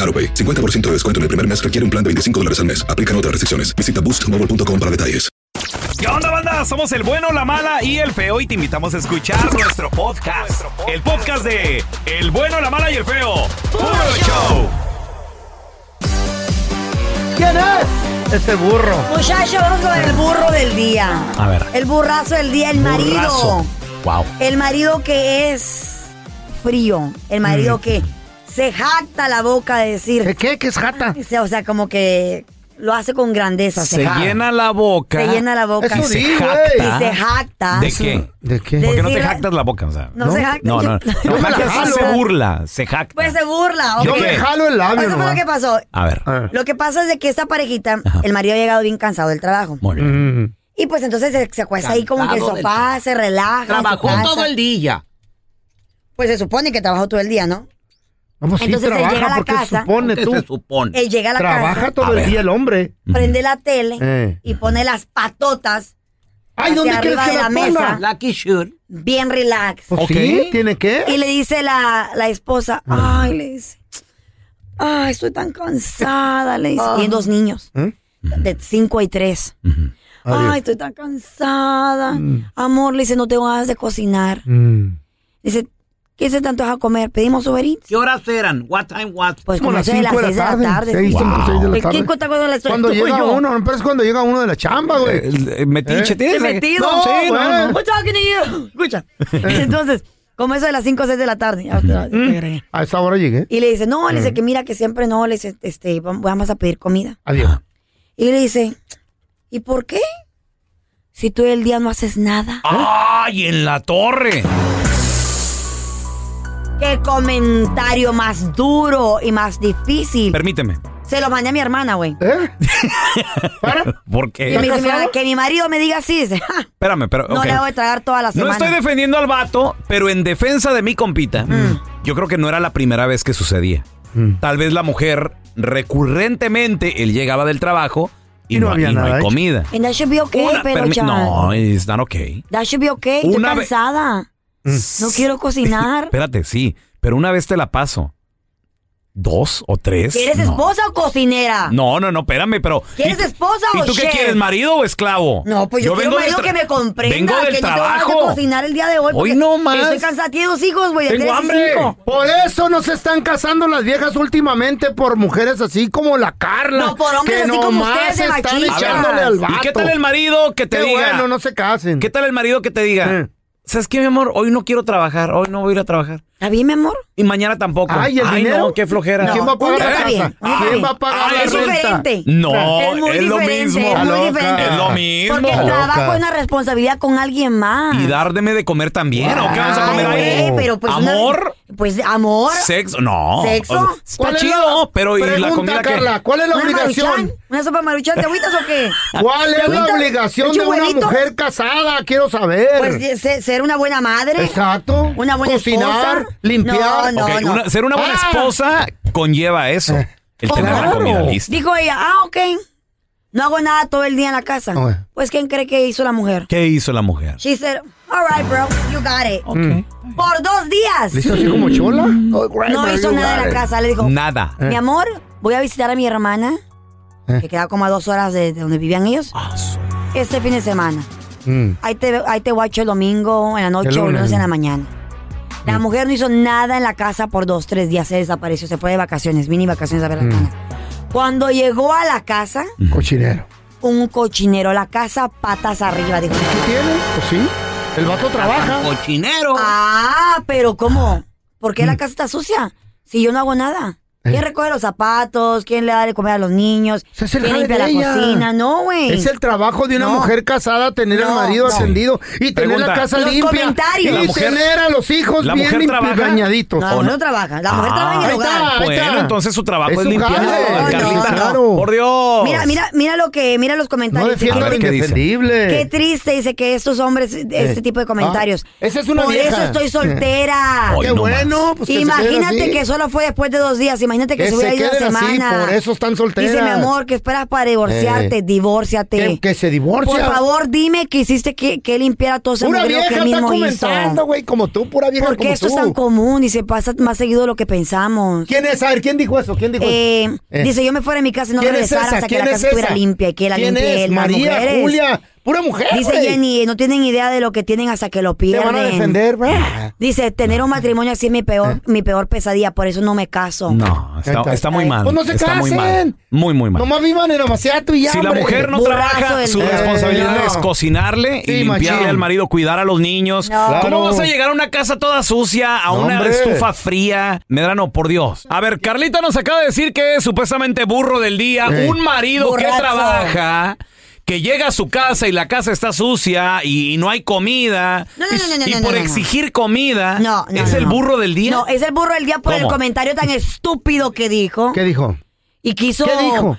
AroPay. 50% de descuento en el primer mes requiere un plan de 25 dólares al mes. Aplican otras restricciones. Visita boostmobile.com para detalles. ¿Qué onda, banda? Somos el bueno, la mala y el feo y te invitamos a escuchar nuestro podcast. El podcast de El bueno, la mala y el feo. ¡Puro show! ¿Quién es? Ese burro. Muchachos, vamos con el burro del día. A ver. El burrazo del día, el marido. Burrazo. Wow. El marido que es frío. El Mm. marido que se jacta la boca de decir. ¿De qué? ¿Qué es jata? O sea, o sea, como que lo hace con grandeza. Se, Se jacta. llena la boca. Se llena la boca. Eso y se sí, güey. jacta. jacta. ¿De qué? ¿De qué? De- Porque no te decir- jactas la boca, o sea. No se jacta. No, no. Yo- no Yo me la jactas, jalo. se burla, se jacta. Pues se burla. Yo ok. me jalo el labio, Eso fue nomás. lo que pasó. A ver. A ver. Lo que pasa es de que esta parejita, Ah. Ajá. el marido ha llegado bien cansado del trabajo. Muy bien. Mm. Y pues entonces se, se acuesta ahí como en el Cansado del sofá, se relaja. en su Trabajó casa. todo el día. Pues se supone que trabajó todo el día, ¿no? Vamos, sí, Entonces, él llega a trabaja la porque casa. supone Este ¿Qué tú. se supone? Él llega a la Trabaja casa, todo A el ver. día el hombre. prende la tele Eh. y pone las patotas Ay, Hacia ¿dónde quieres arriba que de la, la ponga? mesa. Lucky Sure. bien relax. Pues Ok. sí, tiene que. Y le dice la, la esposa, Ah. ay, le dice, ay, estoy tan cansada, le dice. Tiene dos niños, ¿Eh? de cinco y tres. Ujú. Adiós. Ay, estoy tan cansada. Amor, le dice, no tengo ganas de cocinar. Mm. Dice, ¿qué se tanto a comer? ¿Pedimos Uber Eats? ¿Qué horas eran? What time was? Pues Como como las eso de las cinco seis de la tarde. Seis, sí. cinco, Wow. seis de la ¿Y tarde. ¿Quién cuenta cuando la historia? Cuando Tú y llega yo. uno, no, pero es cuando llega uno de la chamba, güey. Eh, Metiche, Eh. tienes. Qué metido. No, sí, no, no. We're talking to you. Escucha. Entonces, como eso de las 5 o 6 de la tarde. ya te- te agregué. A esa hora llegué. Y le dice, no, Mm. le dice que mira que siempre no, le dice, este, vam- vamos a pedir comida. Adiós. Y le dice, ¿y por qué? Si tú el día no haces nada. Ah. ¡Ay, en la torre! Qué comentario más duro y más difícil. Permíteme. Se lo mandé a mi hermana, güey. ¿Eh? ¿Para? Y me Porque. dice, mira, que mi marido me diga así. dice, "Ja, Espérame, pero. No Eh. ok. le hago de tragar toda la No semana. Mm. estoy defendiendo al vato, pero en defensa de mi compita, yo creo que no era la primera vez que sucedía. Tal vez la mujer recurrentemente, él llegaba del trabajo y, no, había nada hecho. comida. And that should be okay, Una- pero permi- ya. no, it's not okay. That should be okay. Estoy Una ve- cansada. No quiero cocinar. Espérate, sí, pero una vez te la paso. ¿Dos o tres? ¿Quieres no. esposa o cocinera? No, no, no, espérame, pero. ¿Quieres ¿y- esposa ¿Y o tú qué chef? quieres, marido o esclavo? No, pues yo, quiero un del marido tra- que me comprenda. Vengo del que trabajo. No tengo ganas de cocinar el día de hoy. Hoy porque no más. Estoy cansada. Tiene dos hijos, güey. de Tengo tres y hambre. cinco. Por eso no se están casando las viejas últimamente por mujeres así como la Carla. No, por hombres que así como nomás ustedes de están machistas. echándole al vato. ¿Y qué tal el marido que te Qué diga? bueno, no se casen. ¿Qué tal el marido que te diga? Eh. ¿Sabes qué, mi amor? Hoy no quiero trabajar, hoy no voy a ir a trabajar. ¿Está bien, mi amor? Y mañana tampoco. Ay, ¿el dinero? no, qué flojera. ¿Quién va a No, un pagar día la está casa? bien, un día ¿Quién está va a pagar bien. la Es renta? diferente. No, Es muy es lo diferente, mismo. Es Está muy diferente. loca. Es lo mismo. Porque el Está trabajo loca. es una responsabilidad con alguien más. Y darme de comer también. ¿O qué vamos a Ay, comer ahí? güey, pero pues una- ¿Amor? pues amor. ¿Sexo? No. ¿Sexo? O sea, ¿Cuál Está es chido, la- pero ¿y la Pregunta, comida que Carla, ¿cuál es la ¿Una maruchan? obligación? ¿Una sopa maruchan? ¿Te agüitas o qué? ¿Cuál es la ¿Pregunta? obligación de ¿Echa una huevito? mujer casada? Quiero saber. Pues de- se- ser una buena madre. Exacto. Una buena Cocinar, esposa. limpiar. No, Ok, no. una- ser una buena Ah. esposa conlleva eso. El tener la Claro. comida lista. Dijo ella, ah, ok. No hago nada todo el día en la casa. Pues, ¿quién cree que hizo la mujer? ¿Qué hizo la mujer? She said, all right, bro, you got it. Por dos días. ¿Le hizo así como chola? Oh, great, No bro, hizo you got nada en la it. casa. Le dijo, Nada. mi Eh. amor, voy a visitar a mi hermana, que queda como a dos horas de, de donde vivían ellos, este fin de semana. Ah, Mm. Ahí te, ahí te guacho el domingo, en la El noche o el lunes. Mm. lunes en la mañana. La mujer no hizo nada en la casa por dos, tres días, se desapareció, se fue de vacaciones, mini vacaciones a ver la Mm. hermana. Cuando llegó a la casa, Cochinero. un cochinero, la casa patas arriba, dijo. ¿Tiene? Pues sí. El vato trabaja. Oh. Cochinero. Ah, pero ¿cómo? ¿Por Mm. qué la casa está sucia? Si yo no hago nada. Eh. ¿Quién recoge los zapatos? ¿Quién le da de comer a los niños? Ese es el ¿Quién jale limpia de la ella. cocina? No, güey. Es el trabajo de una No. mujer casada tener al No, marido no. atendido y tener la Pregunta. casa Los limpia comentarios. y La mujer- tener a los hijos ¿La bien mujer trabaja? bañaditos. No, la mujer no trabaja. La mujer Ah, trabaja en el ahí está. hogar. Ahí Bueno, está. entonces su trabajo Es es, su limpiar. jale. Ay, No, Carlita, no, no. Por Dios. Mira, mira, mira lo que, mira los No comentarios. defienda A lo ver, ¿qué dice? indefendible. Qué triste, dice que estos hombres, este tipo de comentarios. Eh. Ah, esa es una Por vieja. eso estoy soltera. Qué bueno. Pues que se queden Imagínate así. que solo fue después de dos días. Imagínate que, Que se hubiera se ido una queden así, semana. por eso están solteras. Dice, mi amor, que esperas para divorciarte. Eh. Divórciate. Que- que se divorcia. Por favor, dime que hiciste que, que limpiara todo ese Pura mugrero que vieja él está mismo hizo. comentando, güey, como tú, pura vieja Porque como esto tú. es tan común y se pasa más seguido de lo que pensamos. ¿Quién es? A ver, ¿quién dijo eso? ¿Quién dijo Eh, eso? Eh. Dice, yo me fuera de mi casa y no ¿Quién es regresara esa? hasta que ¿Quién la es casa estuviera esa? limpia y que la ¿Quién limpie es? él, las María, mujeres. Julia, pura mujer, Dice güey. Jenny, no tienen idea de lo que tienen hasta que lo Te pierden. van a defender, Eh. güey. Dice, tener un matrimonio así es mi peor, mi peor pesadilla, por eso no me caso. No, Ahí está, está. está muy mal. Pues no se está muy mal. casen. Muy, muy mal. Nomás vivan en Amaciato y ya, si la hombre. mujer no Burrazo trabaja, del su día. responsabilidad Eh, no. es cocinarle Sí, y limpiarle machín. al marido, cuidar a los niños. No. ¿Cómo Claro. vas a llegar a una casa toda sucia, a No, una hombre. estufa fría? Medrano, por Dios. A ver, Carlita nos acaba de decir que es supuestamente burro del día, Ey. un marido Borracho. que trabaja. Que llega a su casa y la casa está sucia y, y no hay comida. No, no, no, no, y no, no, por no, no. exigir comida, No, no, ¿es no, el no. burro del día? No, es el burro del día por el ¿Cómo? comentario tan estúpido que dijo. ¿Qué dijo? Y quiso ¿Qué dijo?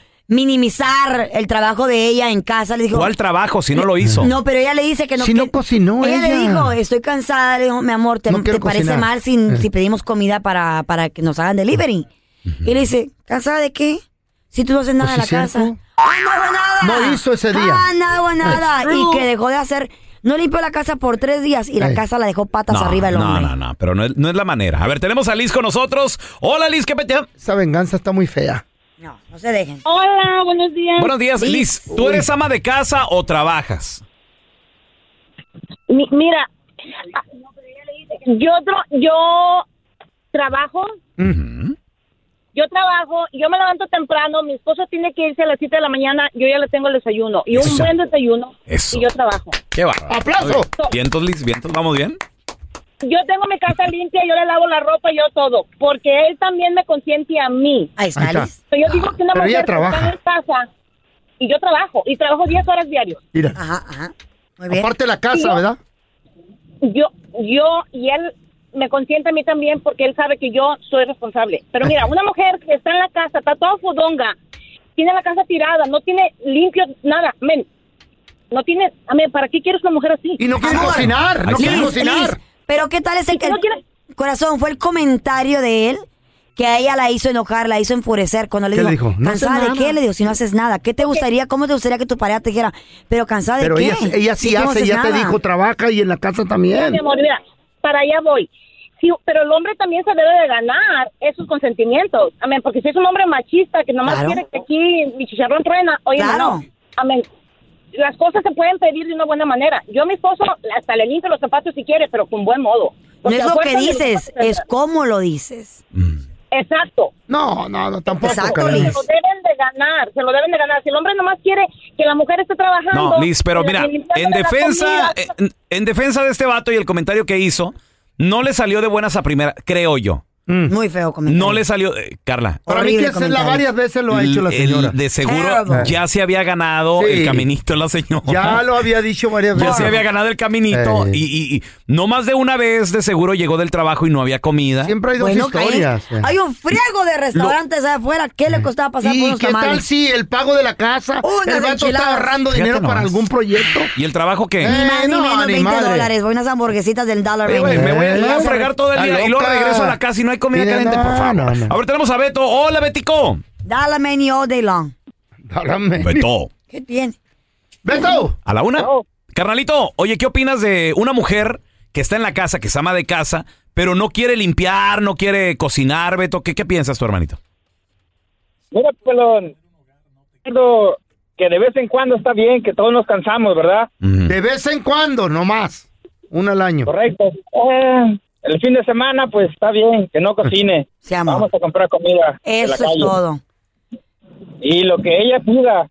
minimizar el trabajo de ella en casa. Le dijo, ¿Cuál trabajo si no lo hizo? No, pero ella le dice que no. Si que- no cocinó le ella. Pues dijo, "Pues estoy cansada. Le dijo, mi amor, ¿te, No quiero te parece cocinar. Eh. mal si, si pedimos comida para, para que nos hagan delivery? Y le dice, ¿cansada de qué? Si tú no haces nada en la Pues sí, casa. cierto. ¡Ah, no hago nada! No hizo ese día. ¡Ah, no hago nada! Y que dejó de hacer... No limpió la casa por tres días y la Ey. casa la dejó patas arriba el hombre. No, no, no, pero no es, no es la manera. A ver, tenemos a Liz con nosotros. Hola, Liz, ¿qué peteo? Esa venganza está muy fea. No, no se dejen. Hola, buenos días. Buenos días, Liz. ¿Tú eres ama de casa o trabajas? Mi- mira, yo tra- yo trabajo, yo trabajo, yo me levanto temprano, mi esposo tiene que irse a las 7 de la mañana, yo ya le tengo el desayuno y Eso. un buen desayuno Eso. y yo trabajo. Qué bárbaro. ¡Aplauso! Vientos, Liz, vientos, vamos bien. Yo tengo mi casa limpia, yo le lavo la ropa, yo todo, porque él también me consiente a mí. Ahí está, Ahí está. Liz. Pero yo digo que una Pero ella mujer que trabaja. está en casa y yo trabajo y trabajo 10 horas diarias. Mira. Ajá, ajá. Ah, Muy bien. Aparte la casa, ¿verdad? yo, yo y él me consiente a mí también porque él sabe que yo soy responsable. Pero mira, una mujer que está en la casa, está toda fodonga, tiene la casa tirada, no tiene limpio nada, men. No tiene, a men, ¿para qué quieres una mujer así? Y no quiere Amor. cocinar, no Aquí quiere no. cocinar. Liz, pero qué tal es el, ¿Y cómo quiere- corazón fue el comentario de él que a ella la hizo enojar, la hizo enfurecer cuando le ¿Qué dijo, le dijo? No haces cansada de nada". qué, le dijo, si no haces nada, ¿qué te gustaría, cómo te gustaría que tu pareja te dijera, pero cansada Pero de ella, qué? ella sí Si tú no hace, haces ya te nada". dijo, trabaja y en la casa también. Mi amor, mira, para allá voy. Sí, pero el hombre también se debe de ganar esos consentimientos. Amén, porque si es un hombre machista que nomás Claro. quiere que aquí mi chicharrón truena, oye, Claro. no, no. Amén. Las cosas se pueden pedir de una buena manera. Yo a mi esposo hasta le limpio los zapatos si quiere, pero con buen modo. No Porque es a lo que fuerzas de los dices, zapatos- es cómo lo dices. Exacto. No, no, no, tampoco. Exacto, Karen. Se lo deben de ganar, se lo deben de ganar. Si el hombre nomás quiere que la mujer esté trabajando. No, Liz, pero que la- mira, limpiándole en la defensa, eh, comida, en, en defensa de este vato y el comentario que hizo, no le salió de buenas a primera, creo yo. Mm. Muy feo comentario. No le salió, eh, Carla. Para mí Horrible que hacerla comentario. varias veces lo ha hecho la el- señora. de seguro Terrible. ya se había ganado Sí. el caminito la señora. Ya lo había dicho varias Ya veces. se había ganado el caminito Eh. y, y- y no más de una vez de seguro llegó del trabajo y no había comida. Siempre hay dos Bueno, Karen, historias. eh. hay un friego de restaurantes allá afuera, ¿qué le costaba pasar por ¿Y unos qué tal tamales? si el pago de la casa, Unas el vato enchiladas. está ahorrando Fíjate dinero para nomás. algún proyecto? ¿Y el trabajo qué? Eh, Ni más ni no, menos, ni 20 madre. dólares, voy a unas hamburguesitas del dólar. Eh, güey, veinte. me voy a, Eh, me voy a hombre, fregar todo el está día y luego loca. regreso a la casa y no hay comida Mira, caliente, no, por favor. no, no. A ver, tenemos a Beto. Hola, Betico. Dale menu all day long. Háblame. Beto. ¿Qué tiene? ¡Beto! ¿A la una? Carnalito, oye, ¿qué opinas de una mujer que está en la casa, que es ama de casa, pero no quiere limpiar, no quiere cocinar, Beto? ¿Qué, qué piensas tu hermanito? Mira, pelón, recuerdo que de vez en cuando está bien, que todos nos cansamos, ¿verdad? De vez en cuando, nomás. Una al año. Correcto. Eh, el fin de semana, pues está bien, que no cocine. Se ama. Vamos a comprar comida. de la Eso es calle. todo. Y lo que ella pida,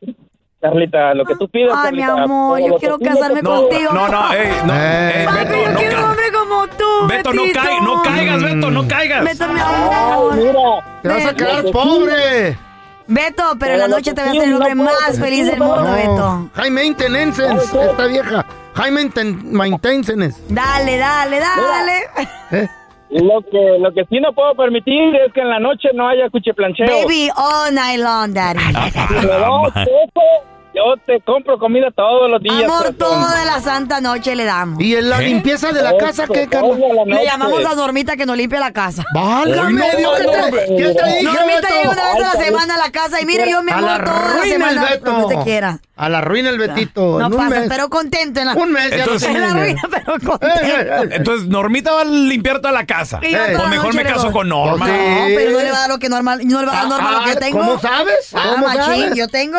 Carlita, lo que tú pidas. Ay, mi Carlita, amor, todo yo lo quiero que tú casarme pidas. contigo. No, no, ey, no, Eh. ey, Papi, Beto, Pero yo no quiero un caigas. hombre como tú, Beto, no, Betito. ca- no caigas, Beto, no caigas. Beto, mi Ay, amor. mira, ¡Te vas a Beto. quedar pobre! Beto, pero en la Pero noche lo te voy a que hacer el sí, hombre no puedo, más no feliz del puedo. mundo, No. Beto. Jaime Intentions, ¿Sabes qué? esta vieja. Jaime Inten- Maintenance. Dale, dale, dale. ¿eh? Lo que, lo que sí no puedo permitir es que en la noche no haya cuchiplancheo. Baby, all night long, daddy. Ah, Si me das eso, yo te compro comida todos los días. Amor, corazón. toda la santa noche le damos. ¿Y en la ¿Qué? limpieza de la casa Eso, qué, toda Carla? la Le noche. llamamos a Normita que nos limpie la casa. ¡Válgame Ay, no, Dios! ¿Qué te, hombre. qué te dije, Normita Beto? llega una vez a la Ay, semana a la casa y mire, yo me A la muero toda la ruina el semana. Lo que usted Beto. quiera. A la ruina el Betito. No en un pasa, mes. pero contento en la, Un mes ya lo Entonces- en la tienen, eh. ruina, pero Eh, contento. eh, eh. Entonces, Normita va a limpiar toda la casa. Y yo Eh, toda O la mejor noche me le caso doy. con Norma. Pues sí. No, pero no le va a dar lo que normal, no le va a dar normal lo que Ah, yo tengo. ¿cómo sabes? Ah, ¿Cómo machín, sabes? yo tengo.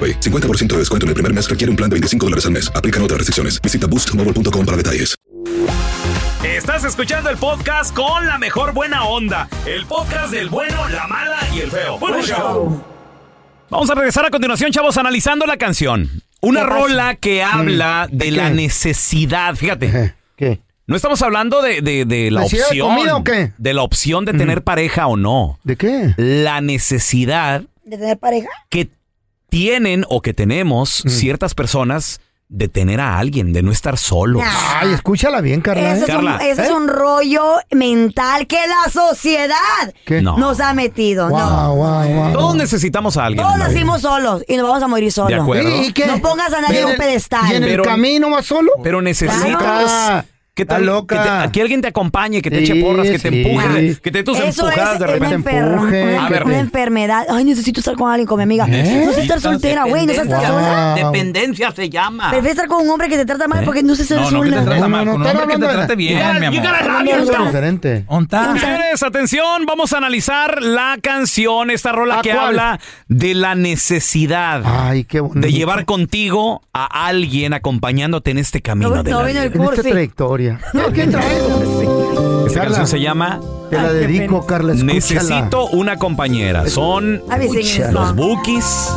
50% de descuento en el primer mes requiere un plan de 25 dólares al mes. Aplican otras restricciones. Visita boostmobile.com para detalles. Estás escuchando el podcast con la mejor buena onda. El podcast del bueno, la mala y el feo. Bueno, show. Vamos a regresar a continuación, chavos, analizando la canción. Una ¿Qué pasa? rola que habla de la qué? necesidad. Fíjate, ¿Qué? no estamos hablando de, de- de la ¿Necesidad de opción. comida o qué? De la opción de tener pareja o no. ¿De qué? La necesidad ¿De tener pareja? que tienen o que tenemos ciertas personas de tener a alguien, de no estar solos. Nah. Ay, escúchala bien, Ah, Carla. Ese, ¿eh? es un, Carla, ese ¿eh? es un rollo mental que la sociedad ¿Qué? No. nos ha metido. Guau, No. guau, guau. Todos necesitamos a alguien. Todos en la vida. nacimos solos y nos vamos a morir solos. De acuerdo. Sí, ¿y qué? No pongas a nadie en ¿Y un el- pedestal. ¿Y en Pero- el camino va solo? Pero necesitas Claro. que, Está tal- loca. que te- que alguien te acompañe, que te Sí, eche porras, que te sí. empuje, que te dé tus Eso empujadas es de una, repente. enfer- Empuje. una- A ver. una enfermedad. Ay, necesito estar con alguien, con mi amiga. ¿Eh? No sé estar soltera, güey. No sé estar Wow. sola. Dependencia se llama. Prefiero estar con un hombre que te trata mal porque no sé estar No, no, que te sola. trata No, mal. no, con no, un estoy hombre que te hablando trate bien, mi amor. Es Gusta. diferente. ¿Onta? Señores, atención, vamos a analizar la canción, esta rola ¿A que cuál? Ah, habla de la necesidad Ay, qué bonito. de llevar contigo a alguien acompañándote en este camino No, de no la vino vida. el En esta cursi. trayectoria. ¿Qué Esta Carla. canción se llama Te la Ay, qué dedico, pena. Carla. Escúchala. Necesito una compañera. Son I've been singing this los song. Bookies.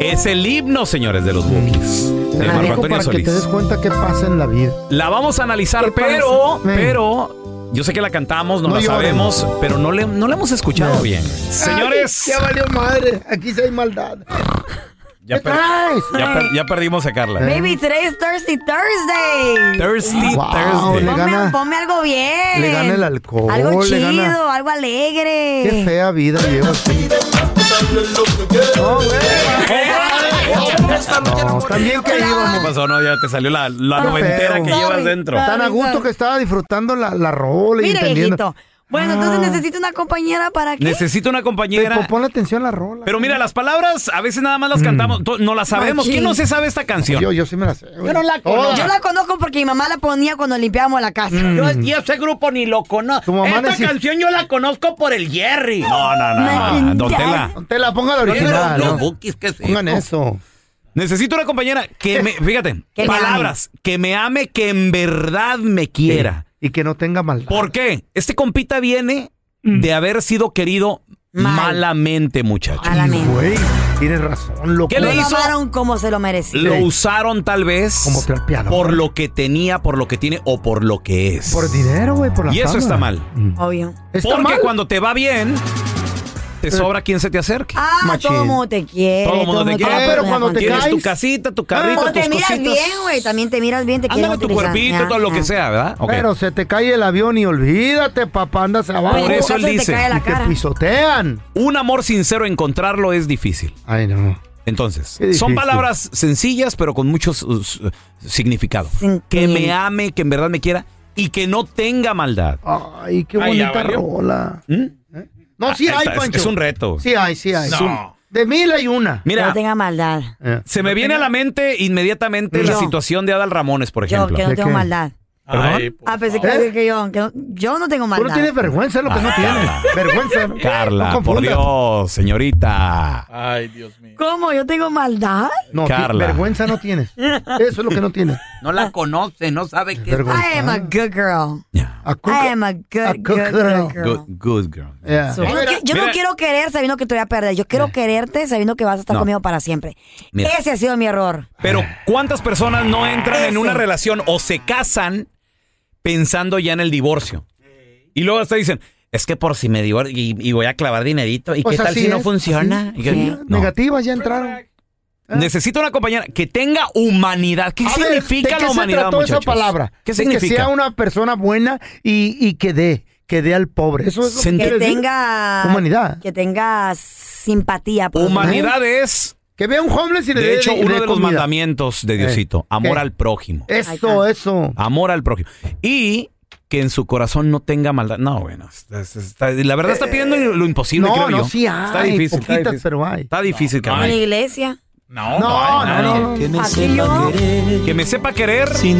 Es el himno, señores, de los Bookies. Mm. Te De la Marco dedico Antonio para que Solís. te des cuenta qué pasa en la vida. La vamos a analizar, ¿Qué pero, pasa? pero, yo sé que la cantamos, no, No la llores. sabemos, pero no, le, no la hemos escuchado bien. Señores, Ay, ya valió madre. Aquí sí hay maldad. ya, ¿Qué per- traes? ya per- ya perdimos a Carla. Baby, today is Thursday Thursday. Thirsty Wow, Thursday. le- Ponme, gana- ponme algo bien. le gana el alcohol, Algo Oh, le chido, gana- algo eh. alegre. Qué fea vida llevas. tú. No, güey. No, también que íbamos. ¿Qué pasó? No, ya te salió la, la Está noventera feo. que llevas dentro. Tan a gusto que estaba disfrutando la, la rola y Mire, entendiendo. viejito. Bueno, entonces Ah. necesito una compañera para que. Necesito una compañera. Pues ponle atención a la rola. Pero mira, las palabras a veces nada más las cantamos, to- no las sabemos. Machín. ¿Quién no se sabe esta canción? Mm. Yo, yo sí me la sé. Oh, Yo no la conozco. Yo la conozco porque mi mamá la ponía cuando limpiábamos la casa. Mm. mm. Yo, y ese grupo ni lo conozco. mamá Esta neces- canción yo la conozco por el Jerry. No, no, no, no. Don Tela. Don Tela, ponga la original. Los ¿no? Bukis, ¿qué es Pongan eso? eso. Necesito una compañera que me, fíjate, Que me palabras, que me ame, que en verdad me quiera. Y que no tenga maldad. ¿Por qué? Este compita viene Mm. de haber sido querido malamente, Ah, muchacho. A la Sí, mía. Güey, tienes razón, loco. ¿Qué le Lo hizo? amaron como se lo merecía. Lo usaron tal vez Como trapeador. por lo que tenía, por lo que tiene o por lo que es. Por dinero, güey, por la y eso fama. está mal. Obvio. ¿Está Porque mal? cuando te va bien, te sobra quien se te acerque. Ah, eh, Machín. todo el mundo te quiere. Todo el mundo te quiere. Ah, pero cuando te Tienes tu caes. casita, tu O carrito, te tus miras cositas. bien, güey. También te miras bien, te quieren Ándale tu utilizar. cuerpito, Ya, todo lo que ya. sea, ¿verdad? Ok. Pero se te cae el avión y olvídate, papá, andas abajo. Oye, Por en tu eso él caso se dice, Te cae y la te cara. pisotean. Un amor sincero encontrarlo es difícil. Ay, no. Entonces, Qué difícil. son palabras sencillas, pero con mucho su- su- significado. Sin- Que me ame, que en verdad me quiera y que no tenga maldad. Ay, qué Ay, ya bonita valió. rola. ¿Eh? ¿Mm? No, sí Ah, hay, está- es- Pancho. es un reto. Sí hay, sí hay. Es un- De mil hay una. Que Mira, No tenga maldad. Eh. se me viene a la mente inmediatamente la Yo. situación de Adal Ramones, por Yo ejemplo. que no ¿De tengo qué? maldad. Perdón. Ah, pensé que, ¿Eh? que yo, que no- yo no tengo Tú maldad. no tienes vergüenza, es lo que no Ah, tienes. Carla. Vergüenza. ¿no? Carla, No por confundas. Dios, señorita. ¿Cómo? ¿Yo tengo maldad? No, ti- Carla. vergüenza no tienes. Eso es lo que no tienes. No la conoce, no sabe qué es. Vergüenza. I am a good girl. A cook- I am a a good, cook good, girl. Good, good girl. good girl. Yeah. Yo, no, qui- yo no Mira. quiero querer sabiendo que te voy a perder. Yo quiero quererte sabiendo que vas a estar No. conmigo para siempre. Mira. Ese ha sido mi error. Pero ¿cuántas personas no entran en Ese. una relación o se casan pensando ya en el divorcio? Y luego hasta dicen, es que por si me divorcio y, y voy a clavar dinerito, ¿y Pues qué tal así si no es, funciona? así, Y yo, sí, no. Negativas ya entraron. Necesito una compañera que tenga humanidad. ¿Qué A ver, significa ¿de qué la humanidad, se trató esa muchachos? palabra? ¿Qué De significa? Que sea una persona buena y, y que dé, que dé al pobre. Eso es lo que Sent- Que quiere decir. tenga. Humanidad. Que tenga simpatía. pues, por los Humanidad ¿Eh? es, Que vea un homeless y le dé de hecho, y le uno dé de los comida. mandamientos de Diosito. Amor Eh. ¿Qué? al prójimo. Ahí Eso, está. eso. Amor al prójimo. Y que en su corazón no tenga maldad. No, bueno. está- está- la verdad está pidiendo lo imposible, no, creo yo. no, sí hay. Está difícil. Poquitas, está difícil. pero hay. Está difícil, demás. En carnal. la iglesia. No, no, no. Aquí yo. Que me sepa querer Eso, y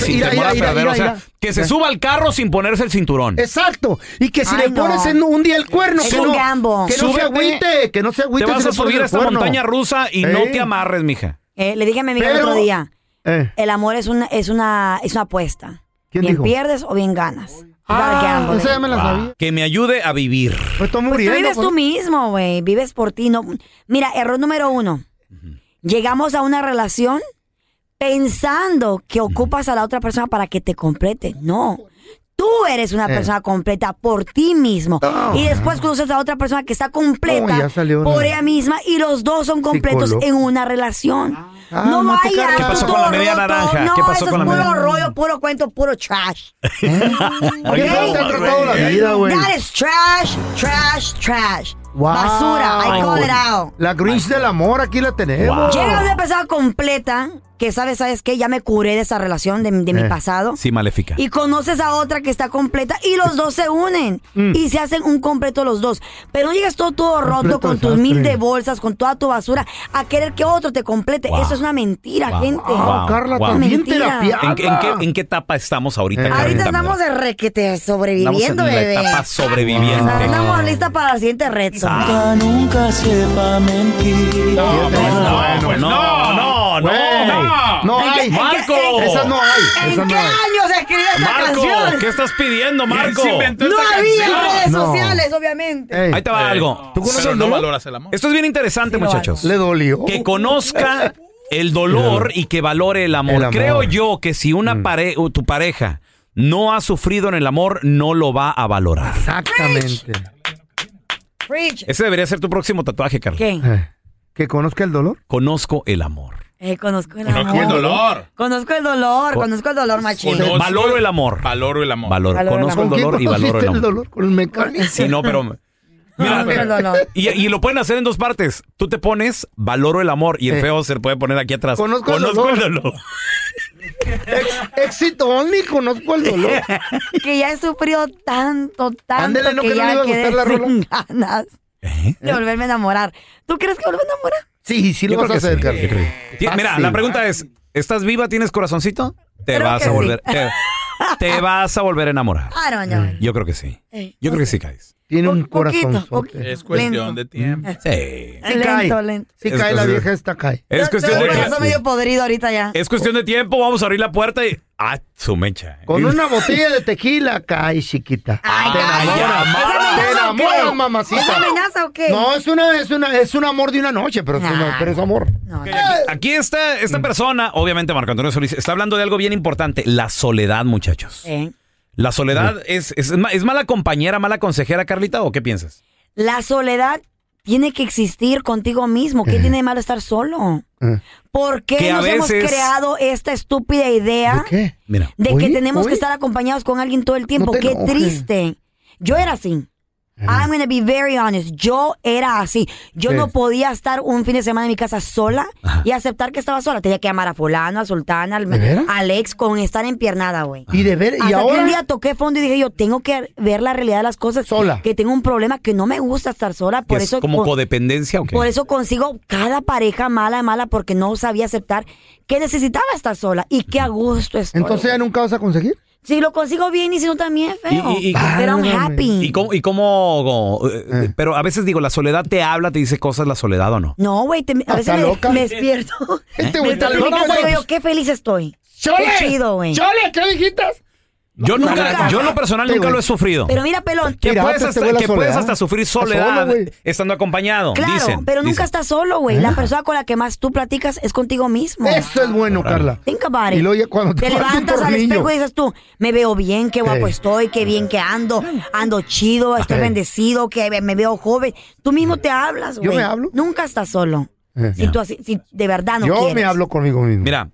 sin mira, temor a mira, perder. mira, O sea, mira. que se suba al carro sin ponerse el cinturón. Exacto. Y que si Ay, le pones no. en un día el cuerno, Es que, un no, gambo. que no se Súbete. agüite, que no se Te agüite. vas si a le pones subir el a esta cuerno. montaña rusa y no Ey. te amarres, mija. Eh, le dije a mi amiga el Pero- otro día. Eh, El amor es una, es una, es una apuesta. ¿Quién bien dijo? pierdes o bien ganas. Gotta Ah, gamble. esa ya me la Ah, sabía. Que me ayude a vivir. Me estoy Pues tú muriendo. vives pues. tú mismo, güey. Vives por ti. No. Mira, error número uno. Llegamos a una relación pensando que ocupas a la otra persona para que te complete. No. Tú eres una Eh. persona completa por ti mismo. No. Y después conoces a otra persona que está Oh, completa ya salió por la- ella misma y los dos son completos Psicólogo. en una relación. Ah, no no te vayas cargas. ¿Qué tú pasó con todo la media roto. naranja? No, ¿Qué pasó eso es con la puro media- rollo, puro cuento, puro trash. ¿Eh? Oye, Ok. ¿cómo te ha tratado la vida, güey? That is trash, trash, trash. Wow. Basura, I call it out. La Grinch del amor, aquí la tenemos. Llega una persona completa que sabes, ¿sabes qué? Ya me curé de esa relación de, mi- de mi Eh. pasado. Sí, maléfica. Y conoces a otra que está completa y los dos se unen Mm. y se hacen un completo los dos. Pero no llegas todo, todo roto Completo con tus desastre. mil de bolsas, con toda tu basura, a querer que otro te complete. Wow. Eso es una mentira, Wow. gente. Ah, Wow, Carla, wow. también Mentira. terapia. ¿En, qué- en qué, en qué etapa estamos ahorita? Eh. Carlita? Ahorita andamos de requete Estamos sobreviviendo, en la bebé. etapa sobreviviente. Andamos listas para el siguiente reto. Ah, No, pues no, bueno, pues no, no, no, Güey, no. no ¿En qué- hay. en qué- Marco. en- Esa no hay. Esa ¿En qué no hay. año se escribió esta Marco, canción? ¿qué estás pidiendo, Marco? No había redes No. Eh, sociales, obviamente. Ey, Ahí te va algo. Eh, ¿Tú conoces el dolor? Esto es bien interesante, Sí, lo muchachos. Le dolió. Que conozca el dolor y que valore el amor. El amor. Creo yo que si una pare o tu pareja no ha sufrido en el amor, no lo va a valorar. Exactamente. Preach. Ese debería ser tu próximo tatuaje, Carlos. ¿Qué? Eh, Que conozca el dolor. Conozco el amor. Eh, conozco el amor. Conozco el dolor. Conozco el dolor, Con- conozco el dolor, machín. valoro el amor. Valoro el amor. Valoro el Conozco el ¿Con amor. quién dolor y valoro conociste el amor. dolor? Con el mecánico. Sí, no, pero Mira, no, no, no. Y, y lo pueden hacer en dos partes. Tú te pones valoro el amor y el feo se puede poner aquí atrás. Eh. Conozco el el dolor. Éxito only, conozco el dolor. que ya he sufrido tanto, tanto. Ándele, no, que que no ya le iba a quedé gustar la rola. sin ganas ¿Eh? de volverme a enamorar. ¿Tú crees que vuelvo a enamorar? Sí, sí lo Yo vas a creo que hacer, sí. Carlos. Yo creo que- Ti- Mira, Fácil. la pregunta es, ¿estás viva? ¿Tienes corazoncito? Te Creo vas que a sí. volver. Te, te vas a volver a enamorar. Mm, I don't know. Yo creo que sí. Ah, Eh, Yo creo que sí caes. Tiene un Po- poquito, corazón. poquito. Sí Es cuestión Lento. de tiempo. Mm, Sí. Lento, lento. cae Es la cuestión- vieja esta, cae. Es cuestión Tengo de el corazón medio tiempo. podrido ahorita ya. Es cuestión de tiempo. Vamos a abrir la puerta y. ¡Ah, su mecha! Con una botella de tequila, cae, chiquita. Ay, te cabrón. enamoras. ¿Es amenaza Te o enamoras, qué? mamacita. ¿Es amenaza o qué? No, es una, es una, es un amor de una noche, pero es, una- Ah. pero es amor. No, no. Aquí está Mm. esta persona, obviamente Marco Antonio Solís, está hablando de algo bien importante, la soledad, muchachos. Eh. ¿La soledad es, es, ma- es mala compañera, mala consejera, Carlita, o qué piensas? La soledad tiene que existir contigo mismo. ¿Qué tiene de malo estar solo? Eh. ¿Por qué Que a nos veces- hemos creado esta estúpida ¿De idea qué? Mira. de Oye, que tenemos oye. que estar acompañados con alguien todo el tiempo? te Qué enojes. Eh. triste. Yo era así. I'm gonna be very honest. Yo era así. Yo Sí. no podía estar un fin de semana en mi casa sola Ajá. y aceptar que estaba sola. Tenía que amar a fulano, a sultana, al, ¿De veras? al ex con estar empiernada, güey. Ah. Y de ver, y Hasta que ahora. un día toqué fondo y dije yo, tengo que ver la realidad de las cosas. Sola. Que tengo un problema que no me gusta estar sola. Por ¿Que es eso, como con- codependencia o qué? por eso consigo cada pareja mala, mala, porque no sabía aceptar que necesitaba estar sola y que a gusto estoy. Entonces ya nunca vas a conseguir. si lo consigo bien y si no también, feo. Y- y- y- Pero I'm Válgame. happy. ¿Y cómo? Y cómo eh, Eh. Pero a veces digo, la soledad te habla, te dice cosas, la soledad o no. No, güey, te- a veces ¿Está me, loca? me despierto. Este me güey está despierto en mi loco, casa y güey. digo, qué feliz estoy. ¡Chole! Qué chido, güey. ¡Chole! ¿Qué dijitas? Yo nunca, nunca. yo en lo personal Sí, nunca güey. lo he sufrido. Pero mira, pelón, que Mira, puedes, te hasta, pegó la que puedes soledad. hasta sufrir soledad Solo, güey. estando acompañado. claro, dicen, pero nunca dicen. estás solo, güey. La persona con la que más tú platicas es contigo mismo. Eso es bueno, Carla. Think about it. Y luego ya cuando te vas te a un levantas al tornillo. espejo y dices tú, me veo bien, qué guapo Ey. estoy, qué bien que ando, ando chido, estoy Ey. bendecido, que me veo joven. Tú mismo te hablas, ¿Yo güey. me hablo? Nunca estás solo. Eh. Si tú así- si de verdad no yo quieres. me hablo conmigo mismo. Mira,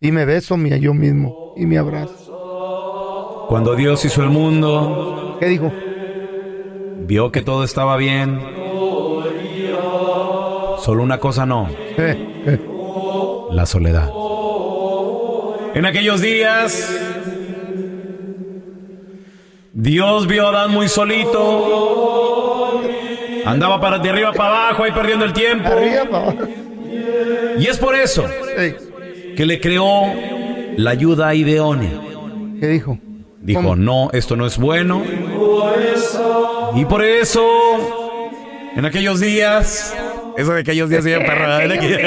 Y me beso mía, yo mismo. Y me abrazo. cuando Dios hizo el mundo, ¿Qué dijo? vio que todo estaba bien. Solo una cosa no, Eh, eh. la soledad. En aquellos días, Dios vio a Adán muy solito. Andaba para de arriba para abajo, ahí perdiendo el tiempo. Arriba, pa' abajo. Y es por eso Ey, que le creó la ayuda ideónea. ¿Qué dijo? Dijo, ¿Cómo? no, esto no es bueno. Y por eso, en aquellos días... Eso de aquellos días, señor perro, ¿verdad? En aquellos-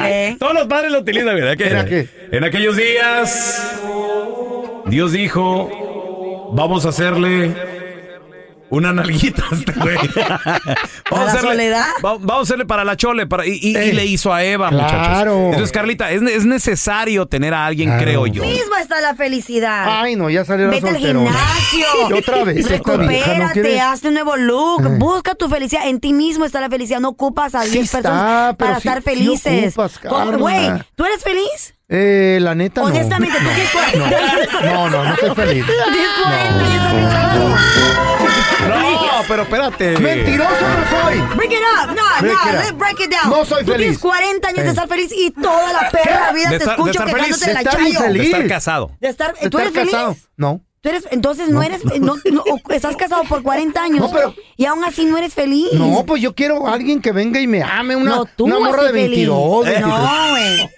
¿Eh? Todos los padres lo utilizan, mira. que- ¿Era qué? En aquellos días, Dios dijo, vamos a hacerle una nalguita a este güey. ¿A la soledad? va- vamos a hacerle para la chole. Para, y, y- y Eh, le hizo a Eva, claro. muchachos. Entonces, Carlita, es, ne- es necesario tener a alguien, Claro. creo yo. Mismo está la felicidad. Ay, no, ya salió la Vete al solterona. gimnasio. Y otra vez esta vieja, ¿no Recupérate, quiere? Eh. hazte un nuevo look. Busca tu felicidad. En ti mismo está la felicidad. No ocupas a Sí 10 está, personas pero para sí- estar sí felices. ocupas, Con- Carla. Güey, ¿tú eres feliz? Eh, la neta no. Honestamente, ¿tú tienes 40? No, no, no soy feliz. Tienes 40 y estás pensando, No, pero espérate. Mentiroso no soy. Break it up. No, Break no, it up. let's break it down. No soy Tú feliz. tienes 40 años Eh. de estar feliz y toda la perra vida De te estar- de escucho estar feliz, quejándote de de la estar chayo. infeliz. De estar casado. De estar, ¿Tú ¿Estás eres feliz? casado? No. Tú eres, entonces no, eres, no, no, o- estás casado por 40 años No, pero- y aún así no eres feliz. No, pues yo quiero a alguien que venga y me ame. Una, no, tú una morra de así feliz. 22, No, güey.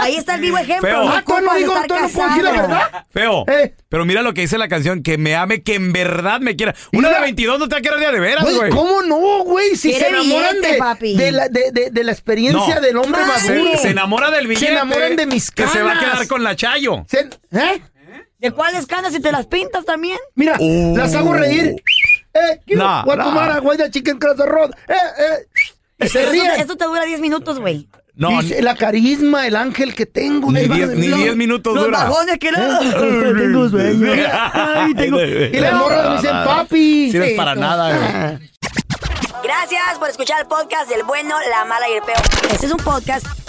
Ahí está el vivo ejemplo. Feo. No Ah, ¿tú no ocupas digo, estar tú no puedo decir la casado. verdad? Feo. Eh. Pero mira lo que dice la canción, que me ame, que en verdad me quiera. Una de Mira. 22 no te va a querer de a de veras, Güey, güey. ¿cómo no, güey? Si se Quiere enamoran billete, de, papi. de la, de, de- de la experiencia No. del hombre Madre. maduro. Se, se enamora del billete. Se enamoran de mis Que se va a canas. quedar con la Chayo. Se- ¿Eh? ¿De cuáles canas si te las pintas también? Mira, las hago reír. Eh, quiero Uh. No, Guatemala, no. güey, de chicken cross the road. Eh, eh. Y se Pero ríen. Eso, eso te dura 10 minutos, güey. No, Y se- la carisma, el ángel que tengo. ni del- 10 ni del- diez minutos Los dura. bajones que no. tengo sueño. Ay, tengo- Y las morras me dicen, papi. Si no es para nada, güey. Gracias por escuchar el podcast del bueno, la mala y el peor. Este es un podcast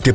¿Te